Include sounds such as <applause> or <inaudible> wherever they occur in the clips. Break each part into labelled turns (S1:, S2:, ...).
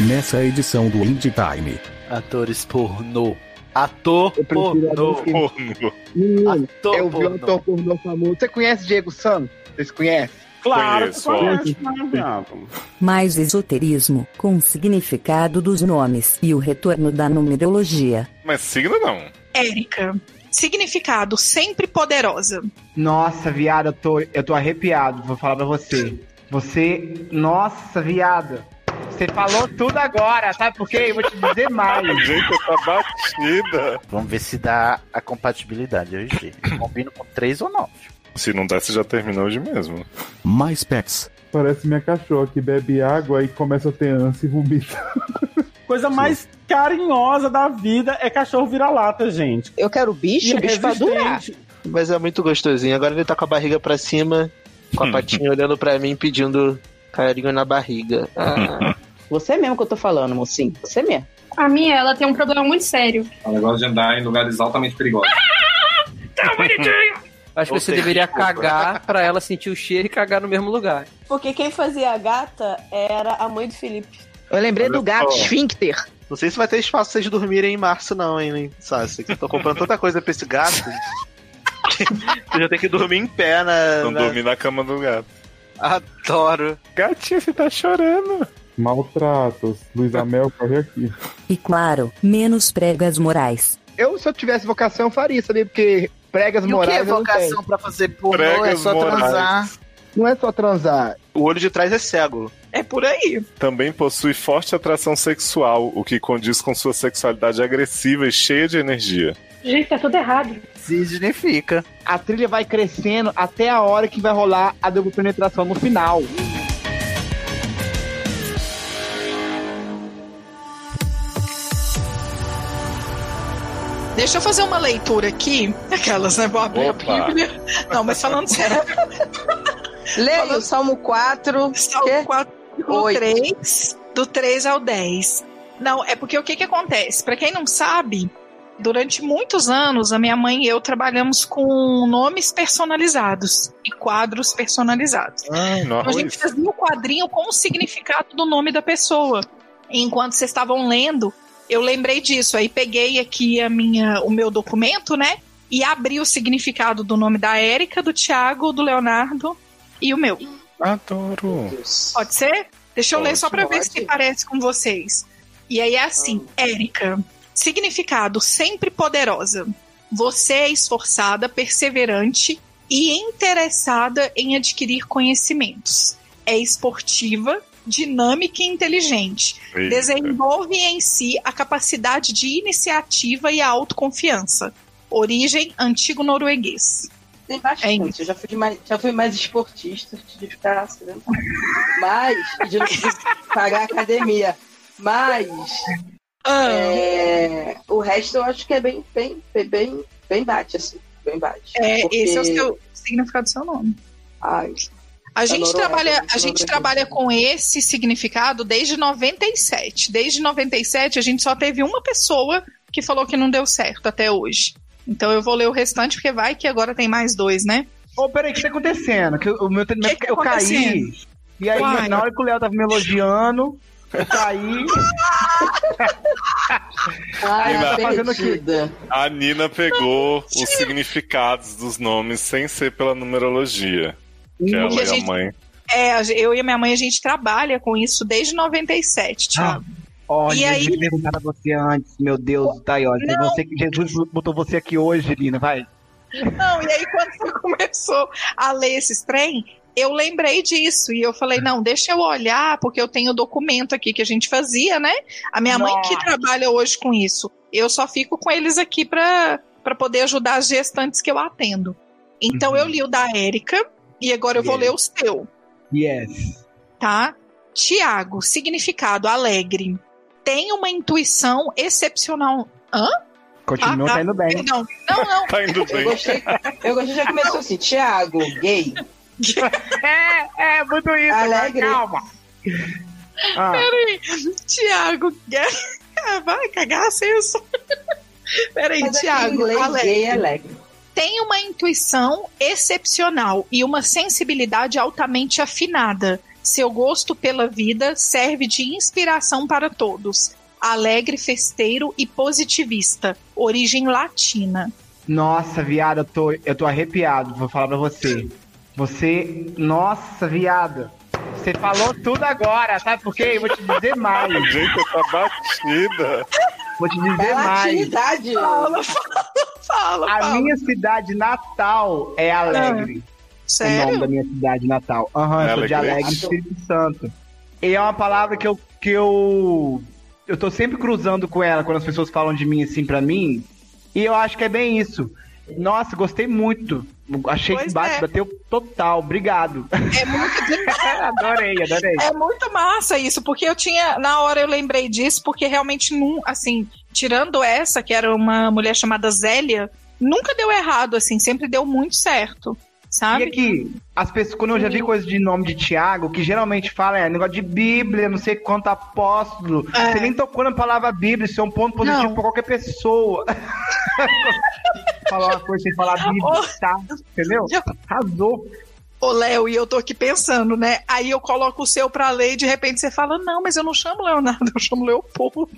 S1: Nessa edição do Indie Time.
S2: Atores pornô. Ator
S3: Eu prefiro
S2: pornô.
S3: ator que-
S4: Porno.
S3: Menino,
S2: Ator
S5: É
S3: eu vi um
S2: pornô.
S3: ator pornô famoso. Você conhece Diego Santos? Vocês conhecem?
S6: Claro,
S4: Conheço,
S6: claro.
S3: óbvio.
S7: Mais esoterismo, com o significado dos nomes e o retorno da numerologia.
S4: Mas signo não.
S8: Érica. Significado, sempre poderosa.
S9: Nossa, viado, eu tô, eu tô arrepiado. Vou falar pra você. Você. Nossa, viado. Você falou tudo agora, sabe por quê? Eu vou te dizer mais.
S4: Gente, essa batida.
S2: Vamos ver se dá a compatibilidade hoje. Combino com 3 ou 9.
S4: Se não der, você já terminou hoje mesmo.
S1: Mais packs.
S10: Parece minha cachorra que bebe água e começa a ter ânsia e vomita.
S6: Coisa mais carinhosa da vida é cachorro vira-lata, gente.
S11: Eu quero bicho,
S6: é
S11: bicho pra durar.
S6: resistente.
S5: Mas é muito gostosinho. Agora ele tá com a barriga pra cima, com a patinha olhando pra mim, pedindo carinho na barriga. Ah,
S11: Você mesmo que eu tô falando, mocinho. Você mesmo.
S8: A minha, ela tem um problema muito sério.
S12: É um negócio de andar em lugares altamente perigosos.
S5: Acho que você deveria cagar pra ela sentir o cheiro e cagar no mesmo lugar.
S8: Porque quem fazia a gata era a mãe do Felipe.
S11: Eu lembrei
S4: Olha
S11: do gato
S4: só.
S11: esfíncter.
S5: Não sei se vai ter espaço pra vocês dormirem em março, não, hein? hein? Sabe, eu tô comprando tanta coisa pra esse gato. <laughs> Eu já tenho que dormir em pé né? na. na-
S4: Não Então dormi na cama do gato.
S5: Adoro.
S4: Gatinha, você tá chorando.
S10: Maltratos. Luiz Amel, corre aqui.
S7: E claro, menos pregas morais.
S3: Eu, se eu tivesse vocação, eu faria, sabia? Porque pregas
S5: E o que é
S3: morais eu não tenho.
S5: vocação pra fazer pornô? É
S4: Pregas
S5: só
S4: morais.
S5: transar.
S3: Não é só transar.
S5: O olho de trás é cego.
S8: É por aí.
S4: Também possui forte atração sexual, o que condiz com sua sexualidade agressiva e cheia de energia.
S8: Gente, tá tudo errado.
S5: Significa.
S3: A trilha vai crescendo até a hora que vai rolar a dupla penetração no final.
S8: Deixa eu fazer uma leitura aqui. Aquelas, né? Vou abrir
S4: Opa.
S8: a Bíblia. Não, mas falando
S11: <laughs>
S8: sério.
S11: Leia
S8: Falando-
S11: o Salmo 4.
S8: Salmo 4, versículo
S11: Oito.
S8: 3, do 3 ao 10. Não, é porque o que, que acontece? Para quem não sabe, durante muitos anos, a minha mãe e eu trabalhamos com nomes personalizados e quadros personalizados.
S4: Ah, não
S8: Então, a gente fazia o quadrinho com o significado do nome da pessoa. E enquanto vocês estavam lendo, eu lembrei disso. Aí peguei aqui a minha, o meu documento, né? E abri o significado do nome da Érica, do Tiago, do Leonardo e o meu.
S4: Adoro.
S8: Pode ser? Deixa eu ler só pra ver
S11: pode. Ah.
S8: se parece com vocês. E aí é assim, Érica. Significado sempre poderosa. Você é esforçada, perseverante e interessada em adquirir conhecimentos. É esportiva, dinâmica e inteligente.
S4: Eita.
S8: Desenvolve em si a capacidade de iniciativa e a autoconfiança. Origem antigo norueguês.
S11: Tem
S8: É
S11: bastante.
S8: isso.
S11: eu já fui, mais, já fui mais esportista de desgraça, né? Mas, de não precisar pagar a academia. Mas, é, o resto eu acho que é bem, bem, bem, bem, bem bate, assim. Bem bate.
S8: É,
S11: Porque-
S8: Esse é o seu significado do seu nome.
S11: Ai, tá
S8: A gente
S11: Noruega,
S8: trabalha,
S11: muito
S8: a gente
S11: norueguês.
S8: trabalha com esse significado desde 97. Desde 97 a gente só teve uma pessoa que falou que não deu certo até hoje. Então eu vou ler o restante porque vai que agora tem mais dois, né?
S3: Ô, peraí, o que tá acontecendo? Que o meu
S8: Que que tá
S3: eu caí.
S8: acontecendo?
S3: E aí,
S8: Uai.
S3: na hora que o Léo tava me elogiando, eu caí.
S11: ai
S4: Ainda-
S3: fazendo aqui.
S11: perdida.
S4: A Nina pegou os significados dos nomes sem ser pela numerologia. Que ela
S8: porque a
S4: e a
S8: gente-
S4: mãe.
S8: É, a ge- eu e a minha mãe a gente trabalha com isso desde 97, Thiago.
S3: Olha,
S8: E aí-
S3: eu devia perguntar pra você antes, meu Deus, tá aí, olha,
S8: Não.
S3: você que Jesus botou você aqui hoje, Lina, vai.
S8: Não, e aí quando <laughs> você começou a ler esses trem, eu lembrei disso e eu falei, não, deixa eu olhar, porque eu tenho o documento aqui que a gente fazia, né? A minha mãe que trabalha hoje com isso. Eu só fico com eles aqui pra pra poder ajudar as gestantes que eu atendo. Então eu li o da Érica e agora eu vou ler o seu
S3: Yes.
S8: tá? Tiago, significado alegre. Tem uma intuição excepcional.
S3: Continua
S8: Ah, tá.
S3: tá indo bem.
S8: Não, não, não.
S4: Tá indo
S11: Eu
S4: bem.
S11: gostei, eu gostei, já começou assim, Thiago, gay.
S3: É, é, muito isso,
S11: Alegre.
S8: né?
S3: calma. Ah,
S8: Tiago, <laughs> vai cagar senso. <laughs> Peraí,
S11: Mas aqui em
S8: Tiago,
S11: inglês,
S8: alegre.
S11: gay é
S13: né?
S11: alegre.
S8: tem uma intuição excepcional e uma sensibilidade altamente afinada, Seu gosto pela vida serve de inspiração para todos. Alegre, festeiro e positivista. Origem latina.
S3: Nossa, viado, eu tô, eu tô arrepiado. Vou falar pra você. Você. Nossa, viado. Você falou tudo agora, sabe por quê? Eu vou te dizer mais.
S4: Gente, essa batida.
S3: Vou te dizer mais.
S13: latinidade.
S8: Fala, fala, fala.
S3: A
S8: fala.
S3: minha cidade natal é Alegre.
S8: Sério?
S3: O nome da minha cidade natal. Aham, eu sou de
S4: Alegre?
S3: Alegre, Espírito Santo. E é uma palavra que eu, que eu. Eu tô sempre cruzando com ela quando as pessoas falam de mim assim pra mim. E eu acho que é bem isso. Nossa, gostei muito. Achei
S8: Pois
S3: que bate,
S8: é.
S3: bateu total. Obrigado. <laughs>
S8: É muito,
S3: adorei, adorei.
S8: é muito massa isso, porque eu tinha. Na hora eu lembrei disso, porque realmente, não, assim, tirando essa, que era uma mulher chamada Zélia, nunca deu errado, assim, sempre deu muito certo.
S3: E
S8: Sabe?
S3: aqui, as pessoas, quando eu já vi coisa de nome de Tiago, o que geralmente fala é negócio de Bíblia, não sei quanto apóstolo.
S8: É.
S3: Você nem tocou na palavra Bíblia, isso é um ponto positivo
S8: Não.
S3: pra qualquer
S13: <laughs>
S3: pessoa. falar uma coisa sem falar Bíblia,
S8: Ô.
S3: tá? Entendeu?
S8: Já-
S3: Arrasou.
S8: Ô, Léo, e eu tô aqui pensando, né? Aí eu coloco o seu pra ler e de repente você fala: Não, mas eu não chamo Leonardo, eu chamo Leopoldo.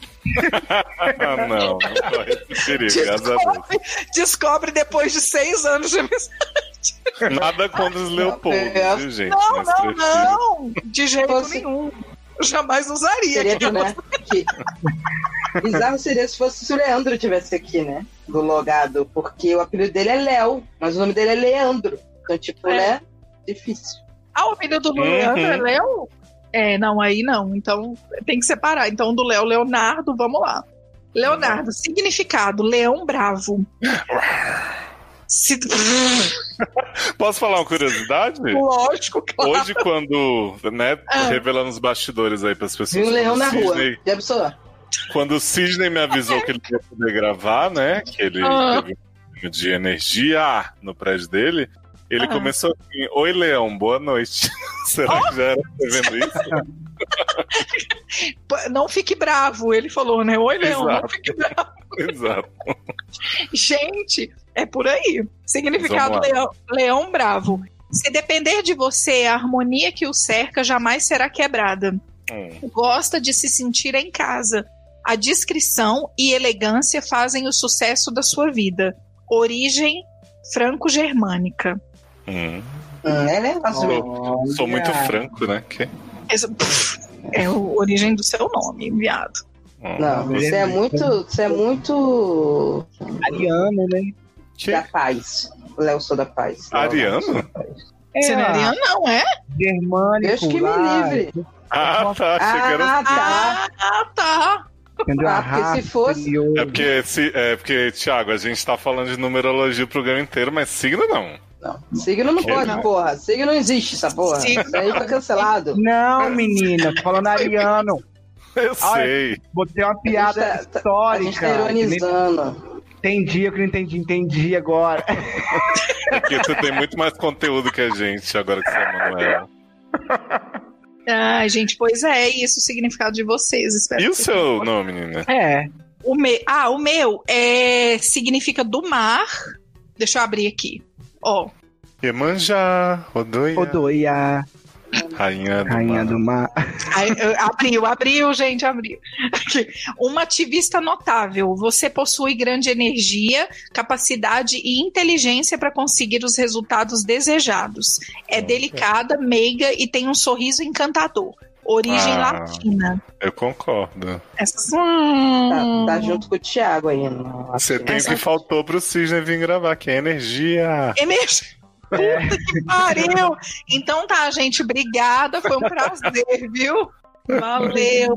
S4: Ah, não, não corre esse perigo, graças a Deus.
S8: Descobre, descobre depois de seis anos de mensagem.
S4: Nada contra os Leopoldos, viu, gente?
S8: Não,
S4: Mas
S8: não,
S4: prefiro.
S8: não! De jeito
S13: Você-
S8: nenhum. Eu jamais usaria.
S13: Seria,
S8: aquilo.
S13: né? que- Bizarro seria se fosse se o Leandro tivesse aqui, né? Do logado. Porque o apelido dele é Léo, mas o nome dele é Leandro. Então, tipo,
S8: É.
S13: né? Difícil.
S8: Ah, o filho do Leandro é
S4: Uhum.
S8: Léo? É, não, aí não. Então tem que separar. Então, do Léo, Leonardo, vamos lá. Leonardo, significado: leão bravo. Se...
S4: Posso falar uma curiosidade?
S8: Lógico, claro.
S4: Hoje, quando, né,
S8: Ah.
S4: revelando os bastidores aí pras pessoas.
S13: Viu um
S4: quando
S13: leão
S4: o
S13: na rua.
S4: Sidney-
S13: Já pensou?
S4: Quando o Sidney me avisou que ele ia poder gravar, né, que ele
S8: Ah.
S4: teve um problema de energia no prédio dele, ele
S8: Ah.
S4: começou assim, Oi, Leão, boa noite. <laughs> Será que já era tá vendo isso?
S8: P- Não fique bravo, ele falou, né? Oi, <laughs> Leão, não
S4: Exato.
S8: fique bravo.
S4: Exato.
S8: Gente, é por aí. Significado
S4: Vamos lá.
S8: leão, leão bravo. Se depender de você, a harmonia que o cerca jamais será quebrada.
S4: Hum.
S8: Gosta de se sentir em casa. A discrição e elegância fazem o sucesso da sua vida. Origem franco-germânica.
S4: Hum.
S13: Hum, é, né? Nossa,
S4: Sou, sou muito franco, né? Que...
S8: Essa- pff, É a origem do seu nome, viado.
S4: Hum.
S13: Não, você é muito. Você é muito.
S3: Ariano, né?
S4: Que-
S13: da paz. O Léo sou da paz.
S4: Ariano?
S8: Você não
S3: É,
S8: é ariano, não, é?
S3: germânico.
S13: Deus que me
S3: lá,
S13: livre.
S4: Ah, tá. Achei que era.
S13: Ah,
S5: assim.
S13: tá.
S8: Ah, tá.
S3: Entendeu?
S13: Ah,
S3: A
S13: porque se
S3: raça
S13: fosse-
S3: inferior.
S4: É porque, se, é porque, Thiago, a gente tá falando de numerologia o programa inteiro, mas signo não.
S13: Signo não É
S4: Chega.
S13: pode, porra. Signo não existe, essa porra.
S8: Signo-
S13: Isso aí foi cancelado.
S3: Não, menina, tô falando ariano.
S4: Eu
S13: Ah, é.
S3: Olha,
S4: sei.
S3: Botei uma piada
S13: A gente tá- A
S3: histórica.
S13: gente tá ironizando.
S3: Entendi, eu que não entendi, entendi agora.
S4: Porque você tem muito mais conteúdo que a gente agora que você é Manuela.
S8: Ai, gente, pois é, isso o significado de vocês. Espero
S4: E o
S8: que vocês-
S4: seu nome, menina?
S3: É.
S8: O me... Ah, o meu é... significa do mar. Deixa eu abrir aqui. Ó,
S4: Iemanjá, Rodoia,
S3: Odoia,
S4: Rainha do
S3: rainha
S4: Mar.
S3: do mar.
S8: aí, eu- abriu, abriu, gente, abriu. Aqui. Uma ativista notável. Você possui grande energia, capacidade e inteligência para conseguir os resultados desejados. É delicada, meiga e tem um sorriso encantador. Origem
S4: Ah.
S8: latina.
S4: Eu concordo.
S8: Essas.
S13: Tá, tá junto com o Thiago aí. no-
S4: Você
S13: assim,
S4: tem o
S13: né?
S4: que faltou pro Cisne vir gravar, que é energia.
S8: Emergência. É Puta que pariu! Então tá, gente, obrigada, foi um prazer, viu? Valeu,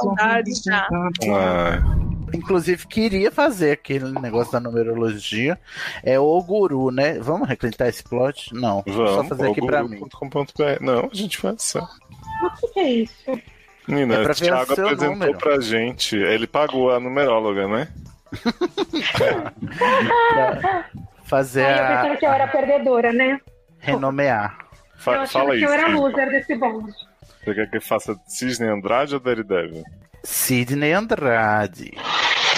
S8: saudade já.
S4: Ah,
S2: Inclusive, queria fazer aquele negócio da numerologia. É o guru, né? Vamos recritar esse plot? Não. Vou só
S4: vamos,
S2: fazer aqui pra mim.
S4: oguru.com.br. Não, a gente faz só.
S13: O que é isso?
S4: Menina,
S2: É pra
S4: o
S2: ver
S4: Thiago
S2: o seu
S4: apresentou
S2: número.
S4: pra gente. Ele pagou a numeróloga, né?
S2: Fazer
S14: Aí eu
S2: a.
S14: pensando que eu era perdedora, né?
S2: Renomear.
S14: Eu
S4: Fa
S14: achando
S4: fala
S14: que
S4: isso.
S14: eu era
S4: Cisne.
S14: loser desse bonde.
S4: Você quer que eu faça Cisne Andrade ou Daredevil?
S2: Sidney Andrade.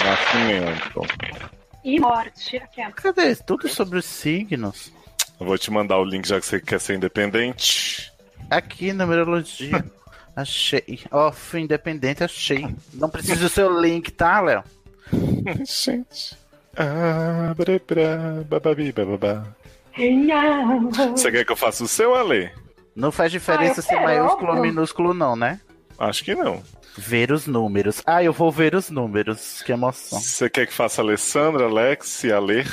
S4: Nascimento.
S14: E morte. aquela.
S2: Cadê? Tudo sobre os signos.
S4: Eu vou te mandar o link já que você quer ser independente.
S2: Aqui, numerologia. Achei. Off independente, achei. Não preciso do seu link, tá, Léo?
S4: Gente. Ah, brá, brá, bababi, bababá. Você quer que eu faça o seu, Ale?
S2: Não faz diferença
S4: Ah, eu
S2: se é
S4: quero,
S2: maiúsculo ou
S4: óbvio.
S2: minúsculo, não, né?
S4: Acho que não.
S2: Ver os números. Ah, eu vou ver os números. Que emoção.
S4: Você quer que faça Alessandra, Alex e Aler?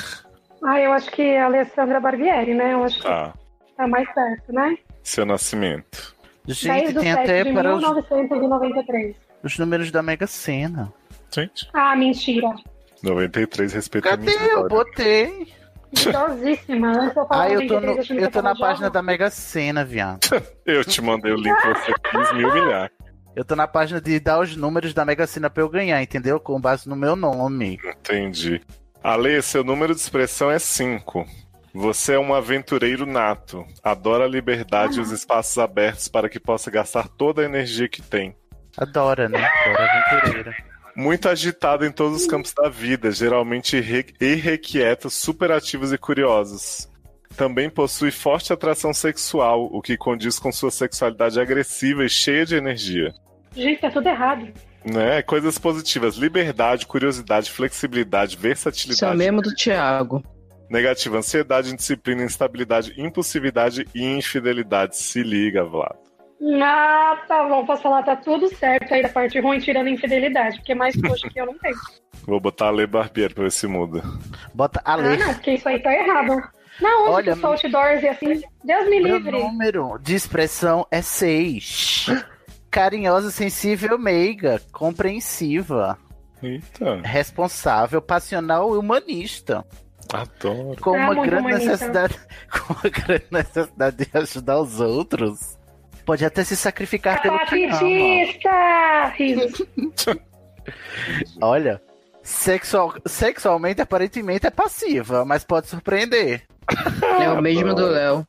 S15: Ah, eu acho que a Alessandra Barbieri, né? Eu acho que
S4: Tá.
S15: tá mais certo, né?
S4: Seu nascimento.
S15: 10 do 7 de 1993.
S2: Os números da Mega Sena.
S4: Gente.
S15: Ah, mentira.
S4: 93, respeita a minha
S2: Cadê? Eu
S4: história.
S2: botei.
S15: Gostosíssima. Antes eu falava
S2: Ah, eu tô, no,
S15: 93, achando que
S2: eu tô na
S15: tava já
S2: página da Mega Sena, viado.
S4: Eu te mandei o link, você quis me humilhar.
S2: Eu tô na página de dar os números da Mega Sena pra eu ganhar, entendeu? Com base no meu nome.
S4: Entendi. Ale, seu número de expressão é 5. Você é um aventureiro nato. Adora a liberdade e os espaços abertos para que possa gastar toda a energia que tem.
S2: Adora, né? Adora aventureira.
S4: Muito agitado em todos os campos da vida, geralmente irre- irrequieto, superativos e curiosos. Também possui forte atração sexual, o que condiz com sua sexualidade agressiva e cheia de energia.
S15: Gente, é tudo errado.
S4: Né? Coisas positivas: liberdade, curiosidade, flexibilidade, versatilidade.
S13: Isso é mesmo do Thiago.
S4: Negativa, ansiedade, indisciplina, instabilidade, impulsividade e infidelidade. Se liga, Vlad.
S15: Ah, tá bom. Posso falar, tá tudo certo aí da parte ruim, tirando a infidelidade, porque mais coxa que eu não tenho.
S4: Vou botar a Le Barbier pra ver se muda.
S2: Bota a
S15: Ah, não, porque isso aí tá errado. Não, onde
S2: Olha,
S15: que os outdoors e assim, Deus me
S2: Meu
S15: livre.
S2: número de expressão é 6. Carinhosa, sensível, meiga, compreensiva.
S4: Eita.
S2: Responsável, passional e humanista.
S4: Adoro.
S2: Com
S15: É
S2: uma
S15: muito
S2: grande
S15: humanista.
S2: necessidade, <laughs> com uma grande necessidade de ajudar os outros. Pode até se sacrificar pelo que ama.
S15: Capacitista! Riso.
S2: Olha, sexual, sexualmente aparentemente é passiva, mas pode
S15: <laughs>
S2: surpreender.
S13: É o mesmo do Léo.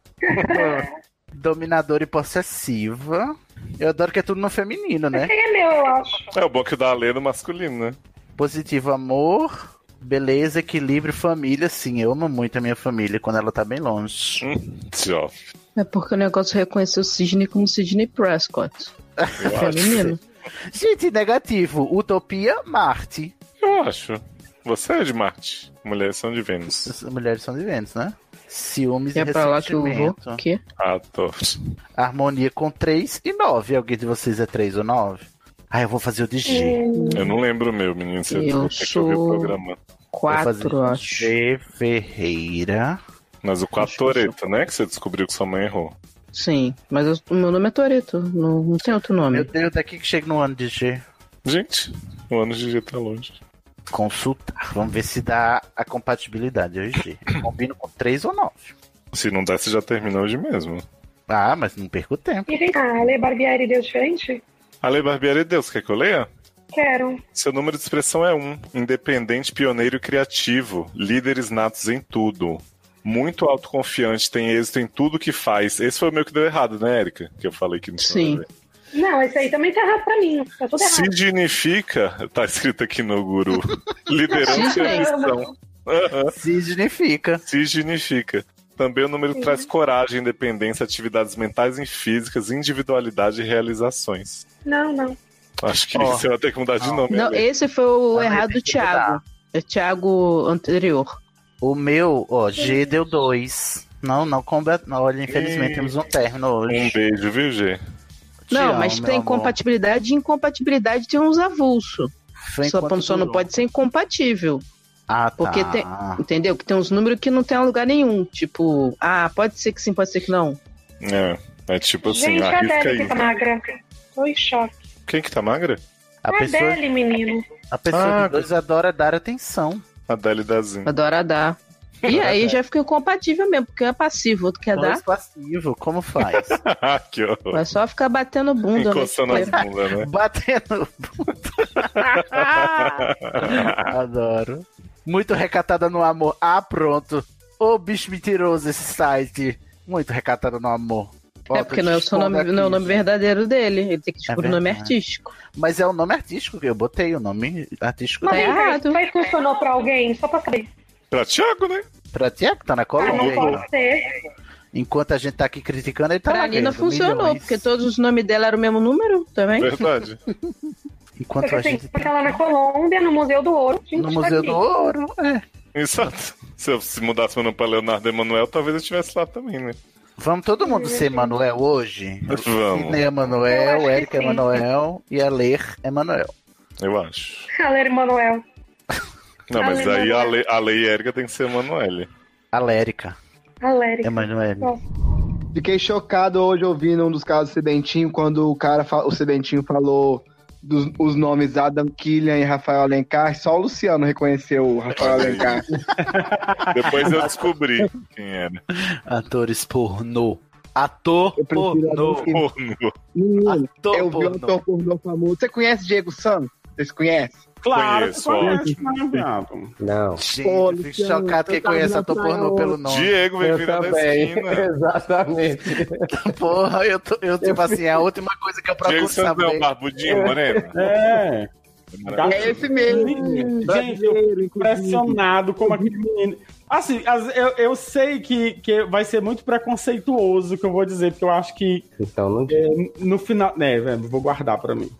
S2: Dominadora e possessiva. Eu adoro que é tudo no feminino, né?
S15: É meu, eu acho.
S4: É o bom que o da Ale é no masculino, né?
S2: Positivo amor, beleza, equilíbrio, família. Sim, eu amo muito a minha família quando ela tá bem longe.
S4: Tchau.
S13: É porque o negócio reconheceu o Sidney como Sidney Prescott. Feminino.
S2: Gente, negativo. Utopia, Marte.
S4: Eu acho. Você é de Marte. Mulheres são de Vênus.
S2: As mulheres são de Vênus, né? Ciúmes
S13: E é
S2: e
S13: pra lá que eu vou,
S2: ressentimento.
S13: que? é
S4: Adoro.
S2: Harmonia com 3 e 9. Alguém de vocês é 3 ou 9? Ah, eu vou fazer o de G.
S4: Eu não lembro o meu, menino. Você
S2: Eu
S4: tem que ouvir o
S2: sou
S4: programa.
S2: Vou fazer de G Ferreira.
S4: Mas o 4 Toreto, né? Que você descobriu que sua mãe errou.
S13: Sim, mas eu- o meu nome é Toreto, não, não tem outro
S2: Meu
S13: nome.
S2: Deus, daqui que chega no ano de G.
S4: Gente, o ano de G tá longe.
S2: Consultar. Vamos ver se dá a compatibilidade hoje. Combino com 3 ou 9.
S4: Se não der, você já terminou hoje mesmo.
S2: Ah, mas não perco tempo.
S15: E vem cá, Ale Barbieri deu diferente?
S4: Ale Barbieri, Deus, quer que eu leia?
S15: Quero.
S4: Seu número de expressão é um. Independente, pioneiro e criativo. Líderes natos em tudo. Muito autoconfiante, tem êxito em tudo que faz. Esse foi o meu que deu errado, né, Erika? Que eu falei que não tinha
S13: Sim.
S4: nada a ver.
S15: Não, esse aí também tá errado pra mim. Tá tudo errado.
S4: Significa, tá escrito aqui no guru, <laughs> liderança e gestão.
S2: Significa.
S4: Significa. Também o número traz coragem, independência, atividades mentais e físicas, individualidade e realizações.
S15: Não, não.
S4: Acho que
S13: Ó.
S4: você vai ter que mudar de nome. né,
S13: Não,
S4: Ale.
S13: esse foi o errado do Thiago. É Thiago anterior.
S2: O meu, ó, G deu 2. Não, não combate. não, Olha, infelizmente
S4: Ih.
S2: temos um término hoje.
S4: Um beijo, viu, G?
S13: Não,
S2: Te
S13: mas
S2: amo,
S13: tem
S2: meu amor.
S13: compatibilidade e incompatibilidade tem uns avulso.
S2: Foi
S13: Só,
S2: enquanto
S13: só não
S2: durou.
S13: pode ser incompatível.
S2: Ah, tá.
S13: Porque tem. Entendeu? Que tem uns números que não tem lugar nenhum. Tipo, ah, pode ser que sim, pode ser que não.
S4: É, é tipo assim,
S15: Gente, a
S4: arrisca
S15: Adele
S4: aí.
S15: que tá magra. Tô em choque.
S4: Quem que tá magra?
S2: A
S15: A
S2: pessoa,
S15: Adele, menino.
S3: Tá
S2: a pessoa
S4: Ah,
S2: de dois adora dar atenção.
S4: A Dali <laughs> Dazinho.
S13: Adora dar. E aí já fica incompatível mesmo, porque um é passivo, outro quer
S2: Dois
S13: dar.
S2: passivo, como faz?
S4: Ah, que horror.
S13: É só ficar batendo bunda. né?
S4: Encostando as bundas,
S2: <laughs>
S4: né?
S2: Batendo.
S15: Ah.
S2: Adoro. Muito recatada no amor. Ah, pronto. Ô, bicho mentiroso esse site. Muito recatada no amor. Ó,
S13: É
S2: tô
S13: porque não é, o seu nome,
S2: expondo
S13: não é o
S2: aqui.
S13: nome verdadeiro dele. Ele tem que descobrir o nome
S2: É verdade.
S13: artístico.
S2: Mas é o nome artístico que eu botei, o nome artístico.
S15: Mas
S2: dele.
S15: é isso aí funcionou pra alguém? Só pra saber.
S4: <laughs> Pra Thiago, né?
S2: Pra ti é que tá na
S15: Ah,
S2: Colômbia.
S15: não
S2: aí, ó.
S15: pode ser.
S2: Enquanto a gente tá aqui criticando, ele tá
S13: pra
S2: lá
S13: Nina
S2: vendo
S13: funcionou,
S2: milhões.
S13: porque todos os nomes dela eram o mesmo número também.
S4: Verdade.
S2: Enquanto a
S15: assim,
S2: gente
S15: tá lá na Colômbia, no Museu do Ouro. a gente
S2: no
S15: tá
S2: Museu
S15: aqui.
S2: do Ouro, é.
S4: Exato. Se eu se mudasse meu nome pra Leonardo Emanuel, talvez eu estivesse lá também, né?
S2: Vamos todo mundo ser Emanuel hoje?
S4: Vamos.
S2: Sidney
S15: Eu acho
S2: Emanuel,
S15: que
S2: Érica
S15: sim.
S2: Emanuel e é a Ler Emanuel.
S4: Eu acho.
S15: Galera, Manuel.
S4: Não, mas
S15: Ale
S4: aí a lei, a lei Érica tem que ser
S15: <laughs>
S4: Emanuele.
S2: A Lérica. é
S15: Galera.
S2: Emanuel.
S3: Fiquei chocado hoje ouvindo um dos casos do Sedentinho, quando o cara, fa- o Sedentinho falou dos os nomes Adam Killian e Rafael Alencar, só o Luciano reconheceu o
S6: <laughs>
S3: Rafael Alencar.
S4: Depois eu descobri quem é. era.
S2: Atores pornô. Ator pornô.
S4: Pornô.
S3: Menino,
S2: Ator
S3: eu vi um
S2: pornô.
S3: ator pornô famoso. Você conhece Diego Santos? Vocês conhecem?
S6: Claro,
S4: Conheço,
S6: tu conhece,
S4: ótimo.
S6: né, Brabo?
S16: Não.
S2: Gente, eu fico chocado quem conhece ator pornô pelo nome.
S4: Diego vem
S16: Eu
S4: virando a
S16: também.
S4: esquina.
S16: Exatamente.
S2: Porra, eu, tô, eu tipo assim, é a última coisa que eu procuro
S4: Diego Santos é
S2: saber.
S4: um barbudinho, moreno.
S6: É.
S3: É esse mesmo.
S6: Gente, eu fico impressionado como aquele menino. Assim, as- eu, eu sei que, que vai ser muito preconceituoso o que eu vou dizer, porque eu acho que
S16: Então não
S6: é, no final. Né, velho, vou guardar pra mim.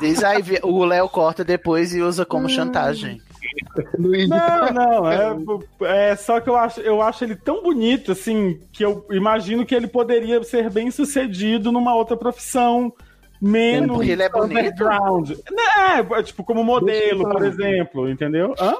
S2: Diz aí, vi- o Léo corta depois e usa como chantagem.
S6: Não, não, é, é só que eu acho, eu acho ele tão bonito, assim, que eu imagino que ele poderia ser bem sucedido numa outra profissão menos
S2: Porque ele é bonito?
S6: underground. Né, É, tipo, como modelo, por exemplo, entendeu? Hã?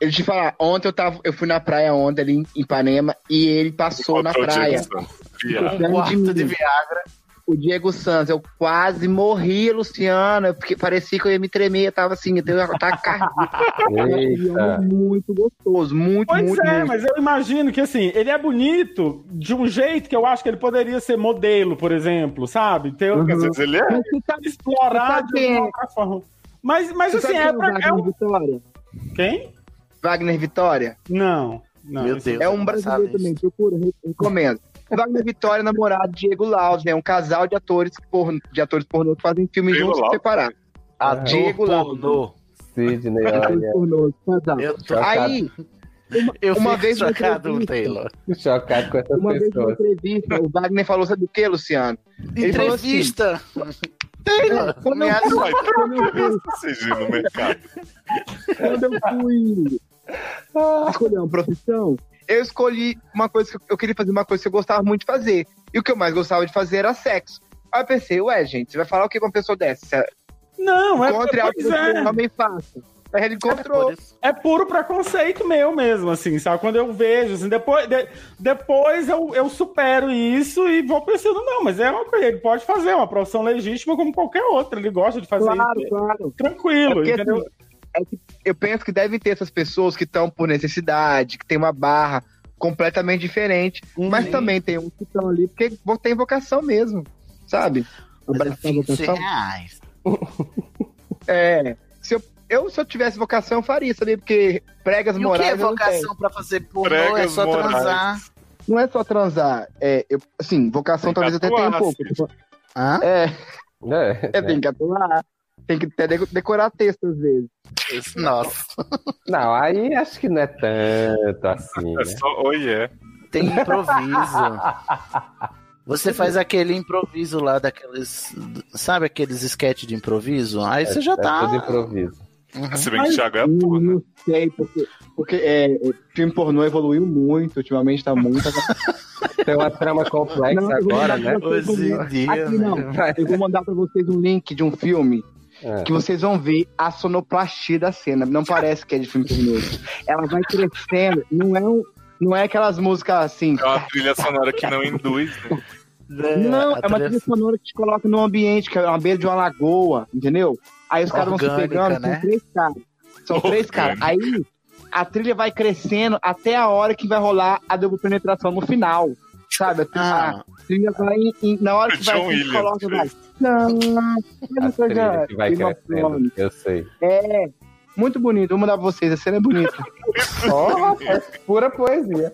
S3: Ele te falar, ontem eu, tava, eu fui na praia ontem ali em Ipanema e ele passou na
S4: Contra é o Diego
S3: praia.
S4: Santos.
S3: Ficou
S4: Viado.
S3: grande
S2: quarto de
S3: mim.
S2: Viagra.
S3: O Diego Sanz, eu quase morri, Luciana, porque parecia que eu ia me tremer, eu tava assim, eu tenho um ataque
S6: <laughs>
S3: cardíaco. é
S16: Eita.
S3: muito gostoso, muito,
S6: Pois
S3: muito,
S6: é,
S3: muito.
S6: mas eu imagino que assim, ele é bonito de um jeito que eu acho que ele poderia ser modelo, por exemplo, sabe? Ter,
S4: Às vezes ele é.
S3: Mas você sabe-
S6: explorar
S3: Você sabe
S6: de
S3: quem é?
S6: uma outra forma. Mas, mas
S3: você
S6: assim, é
S3: sabe quem
S6: pra.
S3: Wagner
S6: É um...
S3: Vitória?
S6: Quem?
S3: Wagner Vitória?
S6: Não. não
S2: Meu
S6: isso-
S2: Deus.
S3: É
S2: eu
S3: um
S2: não
S3: brasileiro
S2: sabia.
S3: também, procura, re- recomendo. Wagner Vitória, namorado de Diego Laud, né? Um casal de atores, porno, de atores pornô que fazem filmes
S4: Diego
S3: juntos
S4: Laud?
S3: separados.
S2: Ator
S3: Diego
S2: pornô.
S16: Sidney,
S3: Atores
S16: olha.
S3: pornô, casal.
S2: Eu tô
S3: Aí,
S2: eu
S3: uma
S2: fico
S3: vez eu
S2: chocado,
S3: entrevista.
S2: Taylor.
S16: Chocado com essas
S3: uma vez numa
S16: pessoas.
S3: entrevista, o Wagner falou, sabe o que, Luciano? Ele falou assim,
S2: Entrevista. Taylor,
S3: como
S2: me
S3: eu-
S2: ajuda.
S4: Vai ter uma criança surgindo no mercado.
S3: quando eu fui escolher uma profissão, Ah. eu escolhi uma coisa que eu- eu queria fazer, uma coisa que eu gostava muito de fazer. E o que eu mais gostava de fazer era sexo. Aí eu pensei, ué, gente, você vai falar o que pra uma pessoa dessa?
S6: Não, é,
S3: Encontre algo que
S6: pois é.
S3: eu também faço. Aí ele encontrou.
S6: é puro preconceito meu mesmo, assim, sabe? Quando eu vejo, assim, depois, de- depois eu, eu supero isso e vou pensando, não, mas é uma coisa, ele pode fazer, é uma profissão legítima como qualquer outra, ele gosta de fazer
S3: Claro,
S6: isso.
S3: claro. É
S6: Tranquilo,
S3: porque,
S6: entendeu?
S3: assim, é que eu penso que deve ter essas pessoas que estão por necessidade, que tem uma barra completamente diferente,
S2: Uhum.
S3: mas também tem uns que estão ali porque vo- tem vocação mesmo, sabe?
S2: Mas é
S3: Abraçar a
S2: 20
S3: vocação.
S2: reais.
S3: É, se eu, eu, se eu tivesse vocação, eu faria, sabia? Porque
S2: E
S3: pregas
S2: o que é
S3: morais eu não tenho.
S2: vocação pra fazer pornô? É
S4: Pregas
S2: só
S4: morais.
S2: transar.
S3: Não é só transar, é, eu, assim, vocação
S4: Tem
S3: talvez
S4: que
S3: até tenha um
S4: atuar,
S3: pouco.
S2: Hã?
S3: É,
S16: É,
S3: <laughs> é,
S16: né?
S3: tem que atuar, tem que até deco- decorar texto às vezes.
S2: Nossa.
S16: Não, aí acho que não é tanto assim, né?
S4: É só, oh yeah.
S2: Tem improviso. Você
S3: é.
S2: faz aquele improviso lá daqueles. Sabe aqueles sketch de improviso? Aí você já
S16: É tudo
S2: tá.
S16: improviso.
S4: Se bem que o Thiago é
S3: Hum,
S4: porra.
S3: Não sei, porque, porque é, é, filme pornô evoluiu muito, ultimamente tá muito.
S16: Tem uma trama complexa
S3: Não, eu vou
S16: agora,
S3: mandar
S16: né?
S3: pra vocês um
S2: Hoje em
S3: link.
S2: dia,
S3: Aqui
S2: né?
S3: não,
S16: Vai.
S3: eu vou mandar pra vocês um link de um filme
S16: É.
S3: que vocês vão ver a sonoplastia da cena. Não parece que é de filme pornô. Ela vai crescendo, não é um, não é aquelas músicas assim.
S4: É uma trilha sonora que não induz, né?
S2: né,
S3: Não,
S2: a
S3: é uma
S2: trilha-
S3: trilha sonora que te coloca num ambiente que é uma beira de uma lagoa, entendeu? Aí os caras vão se
S2: Orgânica,
S3: pegando,
S2: né?
S3: são três caras. São três caras. Aí a trilha vai crescendo até a hora que vai rolar a dupla penetração no final. Sabe? A trilha,
S2: Ah.
S3: a trilha vai. em- em- na hora que vai,
S4: John
S3: assim,
S4: Williams,
S3: coloca, vai.
S2: <laughs>
S4: três.
S3: Não, não,
S16: A trilha
S3: não,
S16: que vai crescendo, eu sei.
S3: É. Muito bonito, vou mandar pra vocês,
S4: <laughs>
S3: a cena é bonita.
S16: Ó, é pura poesia.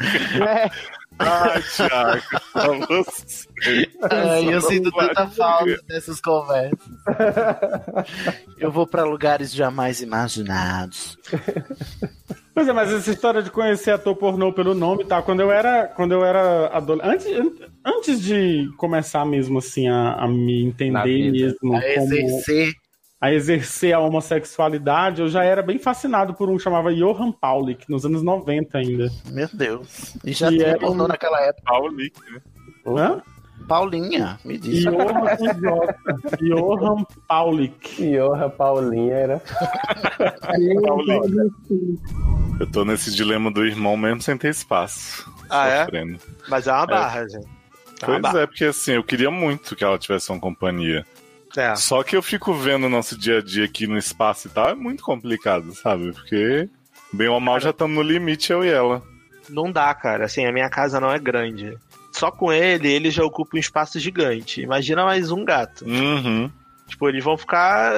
S3: É,
S4: Ai, Thiago, não gostei.
S8: É,
S2: Ai, eu
S4: Não
S2: sinto
S4: vai
S2: tanta
S4: ser.
S2: falta dessas conversas. Eu vou pra lugares jamais imaginados.
S3: Pois é, mas essa história de conhecer ator pornô pelo nome, tá? Quando eu era, quando eu era adolescente, antes, antes de começar mesmo assim a, a me
S2: Na
S3: entender
S2: vida.
S3: mesmo,
S2: A exercer.
S3: a exercer a homossexualidade, eu já era bem fascinado por um que chamava Johan Paulik nos anos 90 ainda.
S2: Meu Deus. E já tinha pornô naquela época.
S4: Paulik,
S3: Hã?
S2: Paulinha, me diz.
S3: Johan, Johan Paulik.
S17: Johan Paulinha era.
S4: Paulinha. Tá Eu tô nesse dilema do irmão mesmo sem ter espaço.
S8: Ah, é?
S4: sofrendo.
S8: Mas é uma
S4: É.
S8: barra, gente. É uma
S4: Pois
S8: barra.
S4: é, porque assim, eu queria muito que ela tivesse uma companhia.
S8: É.
S4: Só que eu fico vendo o nosso dia a dia aqui no espaço e tal, é muito complicado, sabe? Porque, bem ou mal, já estamos no limite, eu e ela.
S8: Não dá, cara. Assim, a minha casa não é grande. Só com ele, ele já ocupa um espaço gigante. Imagina mais um gato.
S4: Uhum.
S8: Tipo, eles vão ficar.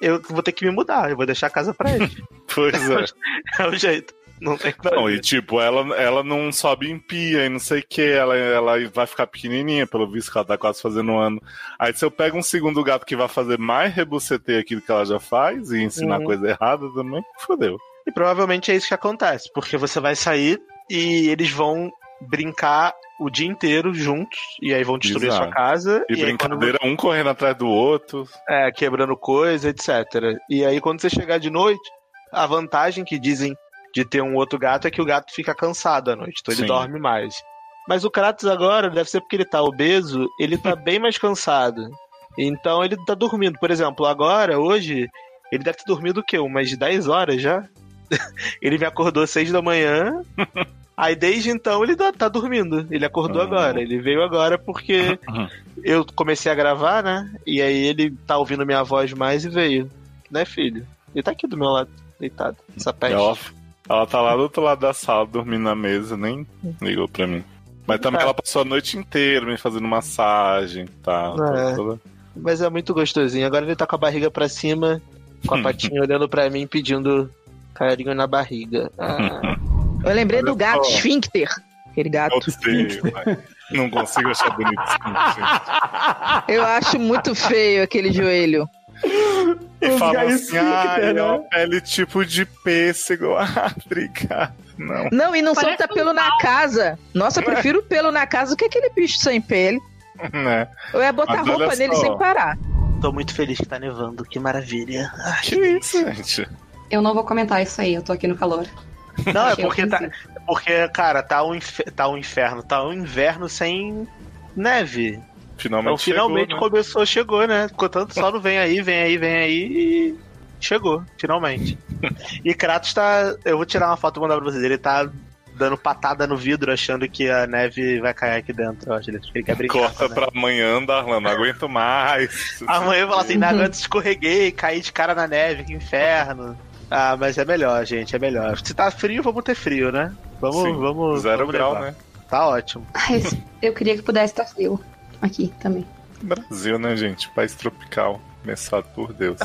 S8: Eu vou ter que me mudar. Eu vou deixar a casa pra eles.
S4: Pois é.
S8: <laughs> é o jeito. Não tem como.
S4: Não, e tipo, ela, ela não sobe em pia e não sei o que, ela, ela vai ficar pequenininha, pelo visto que ela tá quase fazendo um ano. Aí se eu pego um segundo gato que vai fazer mais rebuceteio aquilo que ela já faz e ensinar
S8: Uhum.
S4: coisa errada também, fodeu.
S8: E provavelmente é isso que acontece, porque você vai sair e eles vão brincar o dia inteiro juntos, e aí vão destruir a
S4: Exato.
S8: sua casa.
S4: E,
S8: aí
S4: brincadeira,
S8: quando-
S4: um correndo atrás do outro.
S8: É, quebrando coisa, etc. E aí quando você chegar de noite, a vantagem que dizem de ter um outro gato é que o gato fica cansado à noite, então ele
S4: Sim.
S8: dorme mais. Mas o Kratos agora, deve ser porque ele tá obeso, ele tá bem mais cansado. Então ele tá dormindo. Por exemplo, agora, hoje, ele deve ter dormido o quê? Umas 10 horas já? <laughs> ele me acordou às 6 da manhã. Aí desde então ele tá tá dormindo. Ele acordou agora. Ele veio agora porque
S4: Uhum.
S8: eu comecei a gravar, né? E aí ele tá ouvindo minha voz mais e veio. Né, filho? Ele tá aqui do meu lado, deitado. Essa peste.
S4: Ela, ela tá lá do outro lado da sala, dormindo na mesa, nem ligou pra mim.
S8: É.
S4: Mas também ela passou a noite inteira me fazendo massagem e tal.
S8: É.
S4: toda-
S8: Mas é muito gostosinho. Agora ele tá com a barriga pra cima, com a patinha olhando pra mim, pedindo carinho na barriga. Ah.
S13: Eu lembrei do gato
S8: só.
S13: esfíncter. Aquele gato.
S4: Gostei, vai. Não consigo achar bonito isso, gente.
S13: Eu acho muito feio aquele joelho.
S4: E
S13: Os
S4: fala
S13: gays
S4: assim, ah,
S13: ficam,
S4: é
S13: né?"
S4: uma pele tipo de pêssego. <laughs> Ah, obrigado. Não.
S13: Não, e não
S4: Parece
S13: solta pelo na casa.
S8: É.
S13: Nossa, eu prefiro pelo na casa do que aquele bicho sem pele.
S4: Né?
S13: Eu ia botar
S8: Mas olha
S13: roupa nele
S8: só.
S13: sem parar.
S8: Tô muito feliz que tá nevando, que maravilha. Ai,
S4: que isso, gente?
S15: Eu não vou comentar isso aí, eu tô aqui no calor.
S8: Não, é
S15: Achei
S8: porque tá.
S15: ofensivo.
S8: Porque, cara, tá um, infer- tá um inferno, tá um inverno sem neve.
S4: Finalmente
S8: então, finalmente
S4: chegou, né?
S8: começou, chegou, né? Ficou tanto só não vem aí, vem aí, vem aí e chegou, finalmente. e Kratos tá. Eu vou tirar uma foto e mandar pra vocês. Ele tá dando patada no vidro, achando que a neve vai cair aqui dentro. Eu acho que ele- ele quer brincar.
S4: Corta pra amanhã, Darlan, não aguento mais.
S8: né? Amanhã eu falo assim, nada, antes escorreguei, caí de cara na neve, que inferno. Ah, mas é melhor, gente, é melhor. Se tá frio, vamos ter frio, né? Vamos,
S4: Sim,
S8: vamos.
S4: zero
S8: vamos
S4: grau,
S8: levar.
S4: né?
S8: Tá ótimo.
S15: Ai, eu queria que pudesse estar frio aqui também.
S4: Brasil, né, gente? País tropical. Abençoado por
S8: <laughs>
S4: Deus.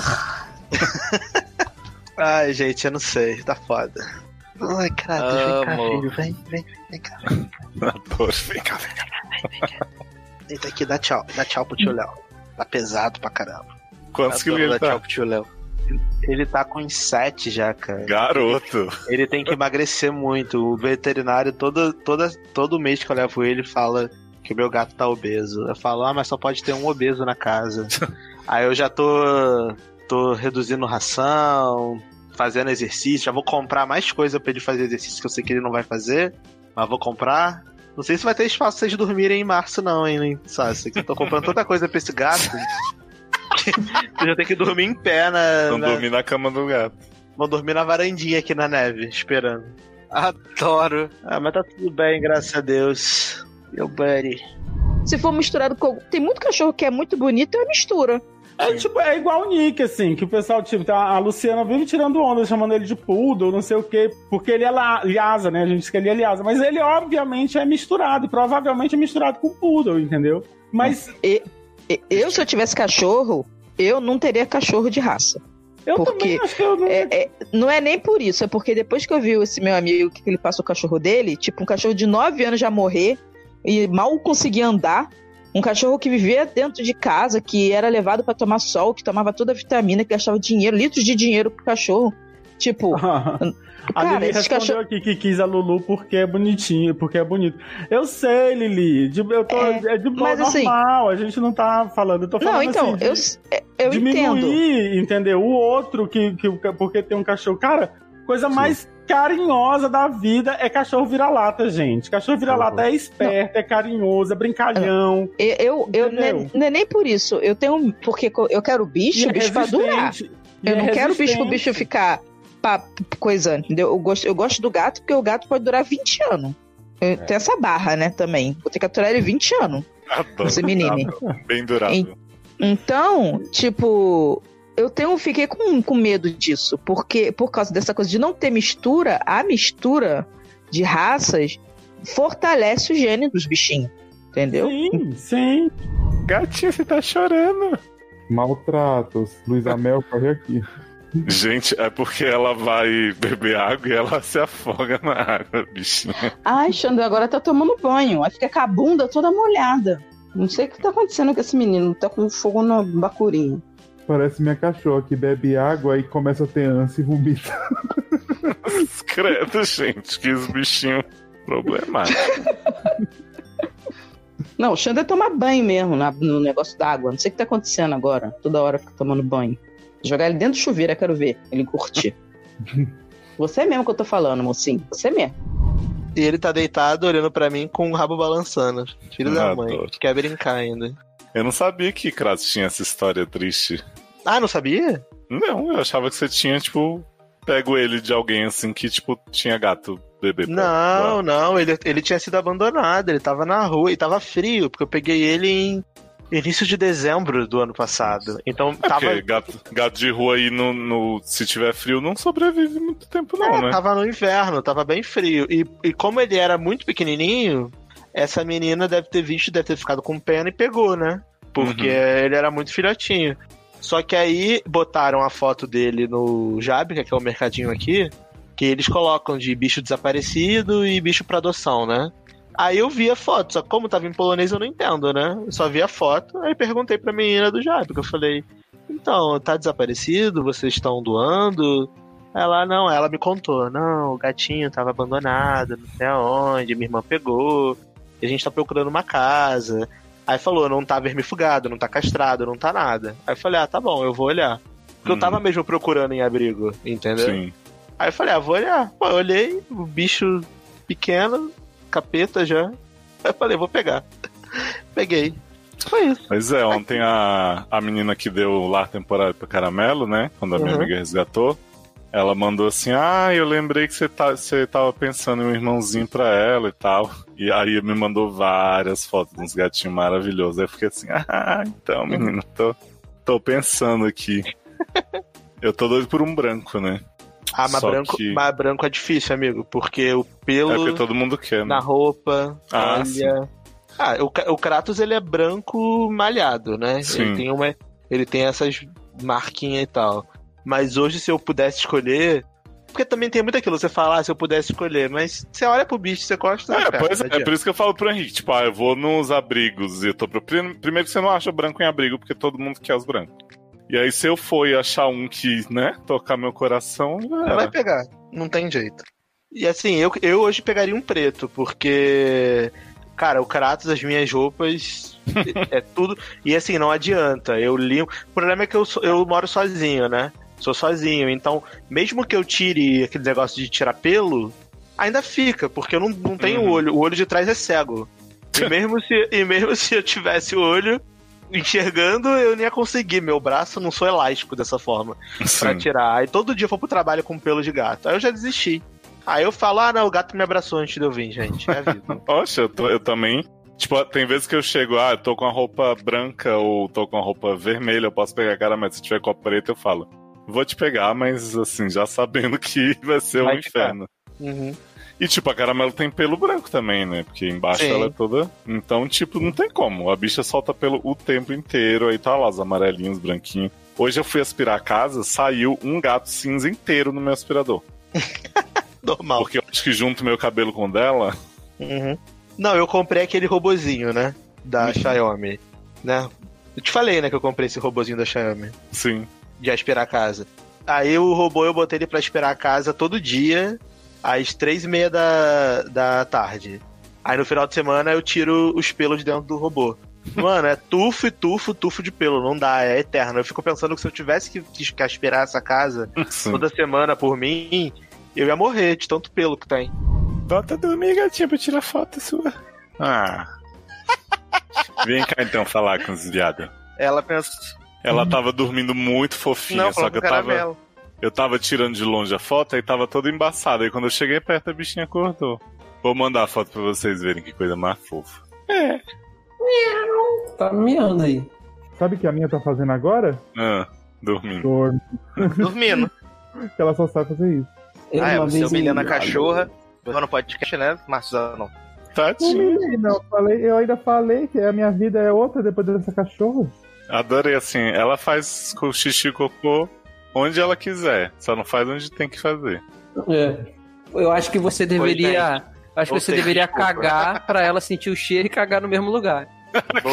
S8: Ai, gente, eu não sei, tá foda. Ai, Kratos, vem cá,
S4: Amo.
S8: filho, vem, vem, vem cá.
S4: Adoro. Vem cá, vem cá.
S8: Deita aqui, dá tchau, dá tchau pro tio Léo. Tá pesado pra caramba.
S4: Quantos
S8: Adoro
S4: quilos ele
S8: dar
S4: tá?
S8: tchau pro tio Léo. Ele tá com uns sete já, cara.
S4: Garoto.
S8: Ele tem que emagrecer muito. O veterinário, todo, toda, todo mês que eu levo ele, fala que o meu gato tá obeso. Eu falo, ah, mas só pode ter um obeso na casa. Aí eu já tô, tô reduzindo ração, fazendo exercício. Já vou comprar mais coisa pra ele fazer exercício que eu sei que ele não vai fazer, mas vou comprar. Não sei se vai ter espaço pra vocês dormirem em março, não, hein? Sabe, sei que eu tô comprando tanta coisa pra esse gato. Eu já tenho que dormir em pé na.
S4: Não
S8: na-
S4: dormi na cama do gato.
S8: Vou dormir na varandinha aqui na neve, esperando. Adoro. Ah, mas tá tudo bem, graças a Deus. Meu buddy.
S13: Se for misturado com. Tem muito cachorro que é muito bonito, eu mistura.
S3: É, tipo, é igual o Nick, assim, que o pessoal, tipo, tá- a Luciana vive tirando onda, chamando ele de poodle, não sei o quê, porque ele é la- liasa, né? A gente diz que ele é liasa, mas ele obviamente é misturado, e provavelmente é misturado com poodle, entendeu? Mas
S13: E- e- eu, se eu tivesse cachorro, eu não teria cachorro de raça.
S8: Eu porque é-
S13: <laughs>
S8: é- não é nem por isso, é porque depois que eu vi esse meu amigo que ele passou o cachorro dele, tipo, um cachorro de 9 anos já morrer e mal conseguia andar. Um cachorro que vivia dentro de casa, que era levado pra tomar sol, que tomava toda a vitamina, que gastava dinheiro, litros de dinheiro pro cachorro. Tipo,
S13: A
S8: cara,
S13: Lili
S8: esses
S13: respondeu
S8: cachorros.
S13: aqui que quis a Lulu porque é bonitinho, porque é bonito. Eu sei, Lili. de- eu tô, é, de boa,
S8: mas assim-
S13: normal. a gente não tá falando. Eu tô
S8: Não,
S13: falando
S8: então,
S13: assim,
S8: eu
S13: de-
S8: s- eu
S13: diminuir, entendeu? O outro que, que porque tem um cachorro, cara, coisa mais carinhosa da vida é cachorro vira-lata, gente. Cachorro vira-lata é esperto, é carinhoso, é brincalhão.
S8: Eu, eu não é-
S13: Entendeu?
S8: não é nem por isso. Eu tenho. Porque co- eu quero bicho,
S13: E é
S8: o bicho pra durar.
S13: resistente. E
S8: Eu
S13: é
S8: não quero bicho pro
S13: resistente.
S8: bicho ficar pa- coisa, entendeu? Eu gosto, eu gosto do gato porque o gato pode durar 20 anos.
S3: É.
S8: Eu- Tem essa barra, né, também. Vou ter que aturar ele 20 anos. Esse menino.
S4: Bem durável.
S8: En- Então, tipo, eu tenho, fiquei com, com medo disso, porque por causa dessa coisa de não ter mistura, a mistura de raças fortalece o gênio dos bichinhos, entendeu?
S13: Sim, sim.
S4: Gatinha, você tá chorando.
S18: Maltratos. Luiz Amel, corre aqui.
S4: Gente, é porque ela vai beber água e ela se afoga na água,
S3: <laughs>
S4: bichinha.
S19: Ai, Xandra, agora tá tomando banho. Aí fica com a bunda toda molhada. Não sei o que tá acontecendo com esse menino. Tá com fogo no bacurinho.
S18: Parece minha cachorra que bebe água e começa a ter ânsia e vomita.
S4: Credo, gente, que esse bichinho problemático.
S19: Não, o Xandra toma banho mesmo na- no negócio d'água. Não sei o que tá acontecendo agora. Toda hora fica tomando banho. Jogar ele dentro do chuveiro, eu quero ver. Ele curtir. Você é mesmo que eu tô falando, mocinho. Você é mesmo.
S3: E ele tá deitado olhando pra mim com o rabo balançando. Filho
S4: Ah,
S3: da mãe.
S4: adoro.
S3: Quer brincar ainda.
S4: Eu não sabia que Kratos tinha essa história triste.
S3: Ah, não sabia?
S4: Não, eu achava que você tinha, tipo, pego ele de alguém assim que, tipo, tinha gato bebê. pra-
S3: Não, não, ele, ele tinha sido abandonado, ele tava na rua e tava frio, porque eu peguei ele em início de dezembro do ano passado. Então
S4: É
S3: tava.
S4: porque gato, gato de rua aí, no, no- se tiver frio, não sobrevive muito tempo, não,
S3: É,
S4: né?
S3: Tava no inverno, tava bem frio. E, e como ele era muito pequenininho, essa menina deve ter visto, deve ter ficado com pena e pegou, né? Porque
S20: Uhum.
S3: ele era muito filhotinho. Só que aí botaram a foto dele no Jabica, que é o mercadinho aqui, que eles colocam de bicho desaparecido e bicho pra adoção, né? Aí eu vi a foto, só que como tava em polonês eu não entendo, né? Eu só vi a foto, aí perguntei pra menina do Jabica, eu falei, então, tá desaparecido? Vocês estão doando? Ela, não, ela me contou, não, o gatinho tava abandonado, não sei aonde, minha irmã pegou, e a gente tá procurando uma casa. Aí falou, não tá vermifugado, não tá castrado, não tá nada. Aí eu falei, ah, tá bom, eu vou olhar. Porque eu tava mesmo procurando em abrigo, entendeu?
S4: Hum, Sim.
S3: Aí eu falei, ah, vou olhar. Pô, eu olhei, o bicho pequeno, capeta já. Aí eu falei, vou pegar. Peguei. Foi isso.
S4: Pois é, ontem a, a menina que deu lar temporário pra Caramelo, né? Quando a minha
S3: Uhum.
S4: amiga resgatou, ela mandou assim: Ah, eu lembrei que você, tá, você tava pensando em um irmãozinho pra ela e tal. E aí me mandou várias fotos de uns gatinhos maravilhosos. Aí eu fiquei assim: <laughs> Ah, então, menina, tô, tô pensando aqui. eu tô doido por um branco, né?
S3: Ah, mas
S4: Só
S3: branco,
S4: que-
S3: mas branco é difícil, amigo, porque o pelo.
S4: É porque todo mundo quer, né?
S3: Na roupa,
S4: Ah,
S3: olha.
S4: sim.
S3: Ah, o, Ca- o Kratos ele é branco malhado, né?
S4: Sim.
S3: Ele tem uma. Ele tem essas marquinhas e tal. Mas hoje, se eu pudesse escolher. Porque também tem muito aquilo, você fala, ah, se eu pudesse escolher, mas você olha pro bicho, você gosta.
S4: É,
S3: né, cara?
S4: pois é,
S3: Não
S4: é por isso que eu falo pro Henrique, tipo, ah, eu vou nos abrigos e eu tô pro... prim- Primeiro que você não acha branco em abrigo, porque todo mundo quer os brancos. E aí se eu for e achar um que, né, tocar meu coração, já
S3: Ela vai
S4: era.
S3: pegar, não tem jeito. E assim, eu, eu hoje pegaria um preto, porque. Cara, o Kratos, as minhas roupas, é é tudo. E assim, não adianta. Eu limpo. O problema é que eu, sou- eu moro sozinho, né? Sou sozinho. Então, mesmo que eu tire aquele negócio de tirar pelo, ainda fica, porque eu não, não tenho olho. O olho de trás é cego. E mesmo, se, e mesmo se eu tivesse o olho enxergando, eu não ia conseguir. Meu braço não sou elástico dessa forma pra tirar. Aí todo dia eu vou pro trabalho com pelo de gato. Aí eu já desisti. Aí eu falo, ah, não, o gato me abraçou antes de eu vir, gente. É a vida.
S4: <laughs> Poxa, eu, tô- eu também... Tipo, tem vezes que eu chego, ah, eu tô com a roupa branca ou tô com a roupa vermelha, eu posso pegar a cara, mas se tiver com a preta, eu falo, vou te pegar, mas assim, já sabendo que <laughs> vai ser um
S3: Vai ficar.
S4: inferno.
S3: Uhum.
S4: E tipo, a caramelo tem pelo branco também, né? Porque embaixo
S3: Sim.
S4: ela é toda. Então, tipo, não tem como. A bicha solta pelo o tempo inteiro, aí tá lá os amarelinhos, os branquinhos. Hoje eu fui aspirar a casa, saiu um gato cinza inteiro no meu aspirador.
S21: Normal.
S4: Porque eu acho que junto meu cabelo com o dela. <laughs>
S21: Uhum. Não, eu comprei aquele robozinho, né? Da Xiaomi. Né? Eu te falei, né, que eu comprei esse robozinho da Xiaomi.
S4: Sim.
S21: De aspirar a casa. Aí o robô eu botei ele pra esperar a casa todo dia, às três e meia da, da tarde. Aí no final de semana eu tiro os pelos de dentro do robô. Mano, é tufo e tufo, tufo de pelo. Não dá, é eterno. Eu fico pensando que se eu tivesse que, que, que aspirar essa casa
S4: Sim.
S21: toda semana por mim, eu ia morrer de tanto pelo que tá, tem.
S4: Bota dormir, gatinha, pra tirar foto sua. Ah. Vem cá então falar com os viados.
S21: Ela pensa.
S4: Ela tava dormindo muito fofinha,
S21: Uhum. Não,
S4: só
S21: falou
S4: que eu
S21: com caramelo.
S4: tava. Eu tava tirando de longe a foto e tava toda embaçada. Aí quando eu cheguei perto, a bichinha acordou. Vou mandar a foto pra vocês verem que coisa mais fofa.
S2: É. Tá miando aí.
S22: Sabe o que a minha tá fazendo agora?
S4: Ah, dormindo.
S22: Dorme.
S21: Dormindo.
S22: que <laughs> ela só sabe fazer isso.
S21: ah, é, você humilhando a cachorra. Não pode podcast, né, Marcos? Não.
S22: Humilhei, não. Falei, eu ainda falei que a minha vida é outra depois dessa cachorra.
S4: Adorei, assim. Ela faz co- xixi e cocô onde ela quiser. Só não faz onde tem que fazer.
S2: É. Eu acho que você deveria. Acho que
S4: Ou
S2: você
S4: tem
S2: deveria
S4: desculpa.
S2: cagar pra ela sentir o cheiro e cagar no mesmo lugar.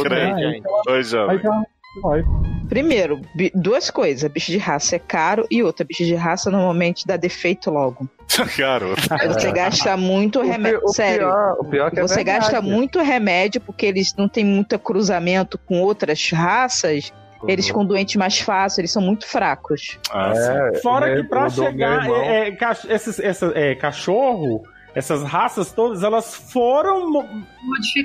S4: Creio. Oi, jovem.
S8: Primeiro, bi- duas coisas. Bicho de raça é caro e outra, bicho de raça normalmente dá
S2: <laughs>
S8: defeito logo.
S3: é
S4: <laughs>
S3: <laughs>
S4: Garoto.
S8: Aí você gasta muito remédio.
S2: pi- o
S8: Sério.
S2: pior- o pior é que é
S8: você
S2: verdade.
S8: gasta muito remédio porque eles não têm muito cruzamento com outras raças.
S2: Uhum.
S8: Eles ficam doentes mais fácil, eles são muito fracos.
S4: Ah,
S3: É, Fora
S8: né,
S3: que pra
S8: eu dou meu
S3: chegar
S8: irmão.
S3: é, é, cach- esses, essa- é, cachorro, essas raças todas, elas foram mo-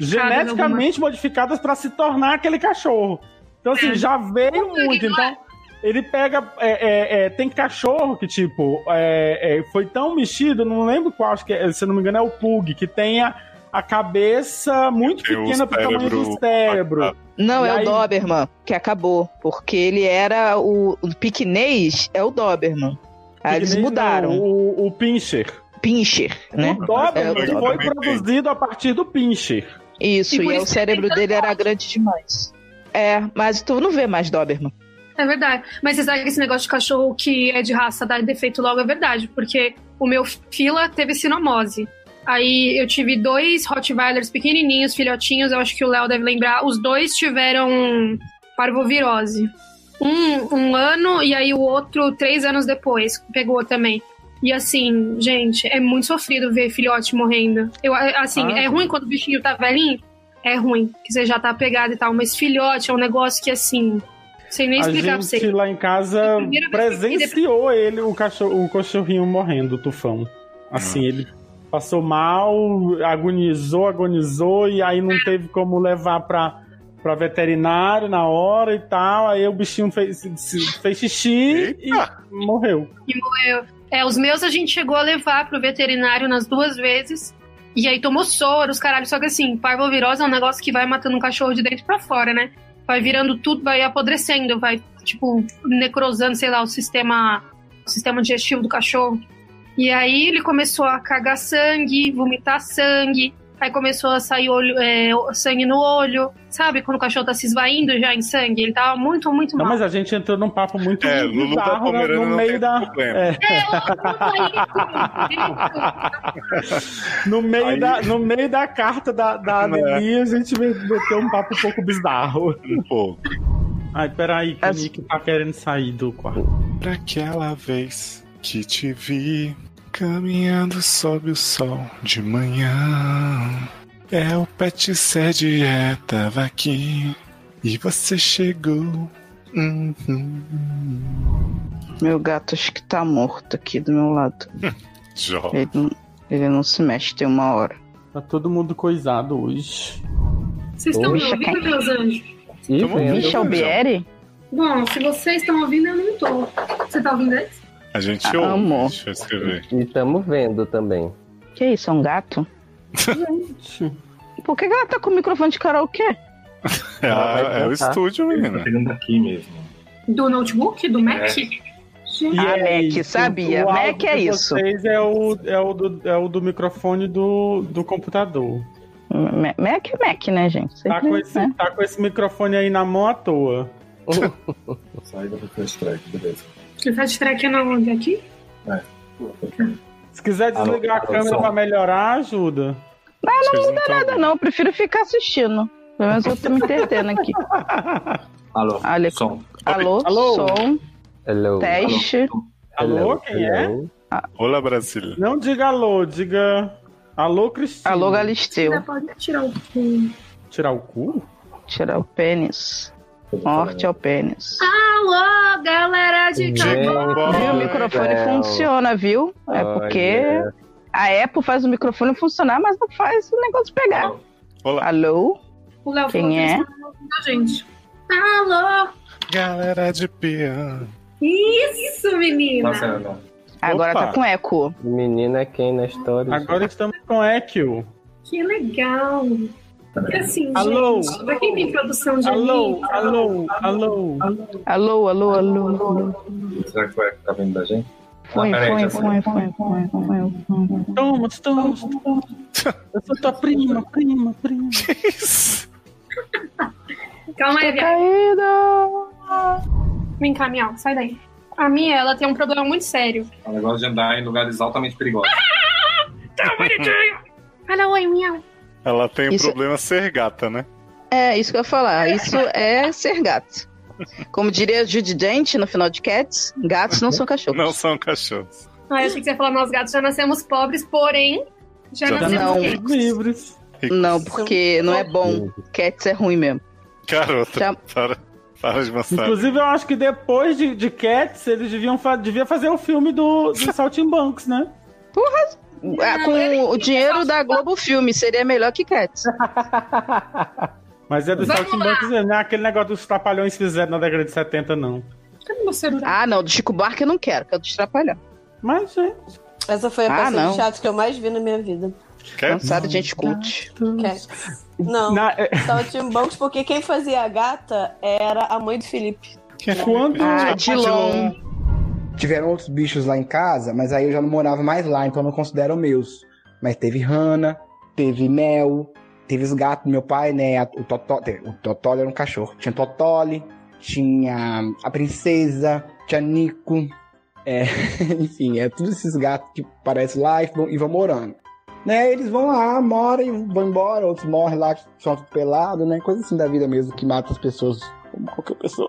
S3: geneticamente modificadas pra se tornar aquele cachorro. Então,
S15: É.
S3: assim, já veio muito. Então, ele pega. é, é, é, tem cachorro que, tipo, é, é, foi tão mexido, não lembro qual, acho que, é, se eu não me engano, é o Pug, que tem a, a cabeça muito
S4: Tem o
S3: pequena pro tamanho do
S4: cérebro
S3: cérebro.
S8: Não,
S3: E
S8: é
S3: aí-
S8: o Doberman que acabou, porque ele era o, o piquenês, é o Doberman. Aí eles
S3: Piquenês
S8: mudaram.
S3: não, o, pincher.
S8: Pincher, né?
S3: O Doberman
S8: É, o
S3: foi
S8: Doberman.
S3: produzido a partir do pincher.
S8: Isso,
S3: E
S8: e,
S3: por
S8: aí
S3: isso
S8: o
S3: que
S8: cérebro
S15: tem
S8: dele era grande demais. É, mas tu não vê mais Doberman.
S15: É verdade. Mas vocês sabem que esse negócio de cachorro que é de raça dá defeito logo é verdade, porque o meu fila teve sinomose. Aí eu tive dois Rottweilers pequenininhos, filhotinhos, eu acho que o Léo deve lembrar. Os dois tiveram parvovirose. Um, um ano e aí o outro três anos depois pegou também. E assim, gente, é muito sofrido ver filhote morrendo. Eu, é, assim,
S23: Ah.
S15: é ruim quando o bichinho tá velhinho? É ruim, que você já tá pegado e tal. Mas filhote é um negócio que, assim, sem nem
S3: a
S15: explicar pra
S3: gente
S15: você.
S3: lá em casa
S15: primeira vez que eu fiquei
S3: presenciou ele, o, cachorro, o cachorrinho morrendo, o tufão. Assim, ele passou mal, agonizou, agonizou, e aí não teve como levar pra, pra veterinário na hora e tal. Aí o bichinho fez, se- se- fez
S4: Hum.
S3: xixi e morreu.
S15: E morreu. É, os meus a gente chegou a levar pro veterinário nas duas vezes. E aí tomou soro, os caralho. Só que assim, parvovirose é um negócio que vai matando um cachorro de dentro pra fora, né? Vai virando tudo, vai apodrecendo, vai, tipo, necrosando, sei lá, o sistema, o sistema digestivo do cachorro. E aí ele começou a cagar sangue, vomitar sangue. Aí começou a sair olho, é, sangue no olho. Sabe quando o cachorro tá se esvaindo já em sangue? Ele tava muito, muito
S3: Não,
S15: mal.
S3: mas a gente entrou num papo muito
S4: É, Lulu da
S3: bizarro né,
S4: Pomerânia
S3: no
S4: não
S3: meio
S4: tem
S3: da.
S4: problema.
S3: É. no, meio da no meio da carta da, da
S4: Né.
S3: Ademir, a gente meteu um papo um pouco bizarro.
S4: Um pouco.
S3: Ai, peraí, que o Nick tá querendo sair do quarto.
S4: Pra aquela vez que te vi caminhando sob o sol de manhã. É o Pet Sede é, tava aqui e você chegou. Uhum.
S13: Meu gato acho que tá morto aqui do meu lado.
S4: Jovem.
S13: Ele não, ele não se mexe, tem uma hora.
S3: Tá todo mundo coisado hoje.
S15: Vocês estão me
S13: Poxa,
S15: ouvindo,
S13: cara.
S15: meus anjos?
S13: Vixe, Albieri?
S15: Bom, se vocês estão ouvindo, eu não tô. Você tá ouvindo antes?
S4: A gente
S13: Ah,
S4: ouve.
S13: amor.
S4: Deixa eu escrever.
S2: E estamos vendo também.
S13: Que isso, é um gato?
S3: Gente.
S13: Por que que ela tá com o microfone de karaokê?
S4: É, a-
S24: Ela vai
S4: é o
S24: voltar.
S4: estúdio, menina.
S24: Pegando aqui mesmo.
S15: Do notebook? Do Mac?
S24: É.
S15: Gente.
S13: Ah, Mac, sabia?
S3: é O áudio
S13: Mac é
S3: de
S13: isso.
S3: Vocês é o, é o, do, é o do microfone do, do computador.
S13: Ma- Mac é Mac, né, gente?
S3: Tá com,
S13: Sempre,
S3: esse,
S13: né?
S3: tá com esse microfone aí na mão à toa.
S25: Saída do fast track, beleza.
S15: O fast track é na onde? Aqui?
S25: É.
S3: Se quiser desligar a câmera pra melhorar, ajuda.
S13: Mas não muda nada, não. Eu prefiro ficar assistindo. Pelo menos eu tô me entretendo aqui.
S25: <laughs> Alô,
S13: Olha,
S25: som.
S13: Alô,
S3: Alô?
S13: som,
S26: Hello.
S13: teste.
S3: Alô, quem é?
S4: Olá, Brasília.
S3: Não diga alô, diga alô, Cristina.
S13: Alô, Galisteu.
S15: Pode tirar o cu.
S3: Tirar o cu?
S13: Tirar o pênis. Morte ao pênis.
S15: Alô, galera de Cabo.
S13: Viu? O microfone funciona, viu? É
S15: Olha.
S13: porque a Apple faz o microfone funcionar, mas não faz o negócio pegar. Alô?
S15: O Léo
S13: Quem é?
S15: a gente. Alô!
S4: Galera de piano.
S15: Isso, menina!
S13: Agora
S26: Opa.
S13: tá com eco.
S26: tá Menina é quem na história?
S3: Agora estamos com Equio.
S15: Que legal! E assim,
S3: Alô?
S15: gente, pra quem tem produção de
S3: Alô,
S15: anime,
S3: alô, alô.
S13: Alô, alô, alô, alô.
S25: Será que o Eco tá vindo da gente?
S13: Foi,
S25: Ah, peraí,
S13: foi,
S25: já
S13: foi, foi,
S25: sei.
S13: foi, foi, foi.
S3: Toma, toma, toma. Eu sou tua prima, prima, prima.
S4: Que <laughs> isso?
S15: Calma aí, viado. Vem cá, Miau, sai daí. A minha, ela tem um problema muito sério.
S25: É um negócio de andar em lugares altamente perigosos.
S15: Tá bonitinho! Olha, Ah, oi, Miau.
S4: Ela tem o
S13: Isso-
S4: problema ser gata, né?
S13: É, isso que eu ia falar. Isso é ser gato. Como diria Judy Dent no final de Cats, gatos não são cachorros.
S4: Não são cachorros.
S15: Ah, eu achei que você ia falar, nós gatos já nascemos pobres, porém, já,
S4: Já
S15: nascemos
S13: não.
S15: ricos.
S3: Livres.
S13: Não, porque não é bom. Cats é ruim mesmo. Tá, ah,
S4: Garota,
S13: Já-
S4: para, para de mostrar.
S3: Inclusive, eu acho que depois de, de Cats, eles deviam fa devia fazer o filme do,
S13: <laughs>
S3: do Saltimbanks, né?
S13: Porra! Ah,
S8: é
S13: com o dinheiro da Globo Filme, seria melhor que Cats.
S3: Mas é do
S13: Vamos
S3: Saltimbanks, não é aquele negócio dos trapalhões que fizeram na década de 70, não.
S13: Ah, não, do Chico Buarque eu não quero, que eu dos Trapalhões.
S3: Mas, né, gente.
S8: Essa foi a
S13: Ah,
S8: peça
S13: não.
S8: de teatro que eu mais vi na minha vida.
S4: É?
S8: é
S13: Cansado de gente cult.
S8: Cats. Não, só tinha bancos porque quem fazia a gata era a mãe do Felipe.
S3: Quando
S8: Ah, Dilon.
S2: Tiveram outros bichos lá em casa, mas aí eu já não morava mais lá, então não consideram meus. Mas teve rana, teve mel, teve os gatos do meu pai, né? a- O Totoli, o Totoli era um cachorro. Tinha Totoli, tinha a princesa, tinha Nico. É, <laughs> enfim, é todos esses gatos que parecem lá e vão, e vão morando. Né, eles vão lá, moram e vão embora, outros morrem lá, são atropelados, né? Coisa assim da vida mesmo, que mata as pessoas, como qualquer pessoa.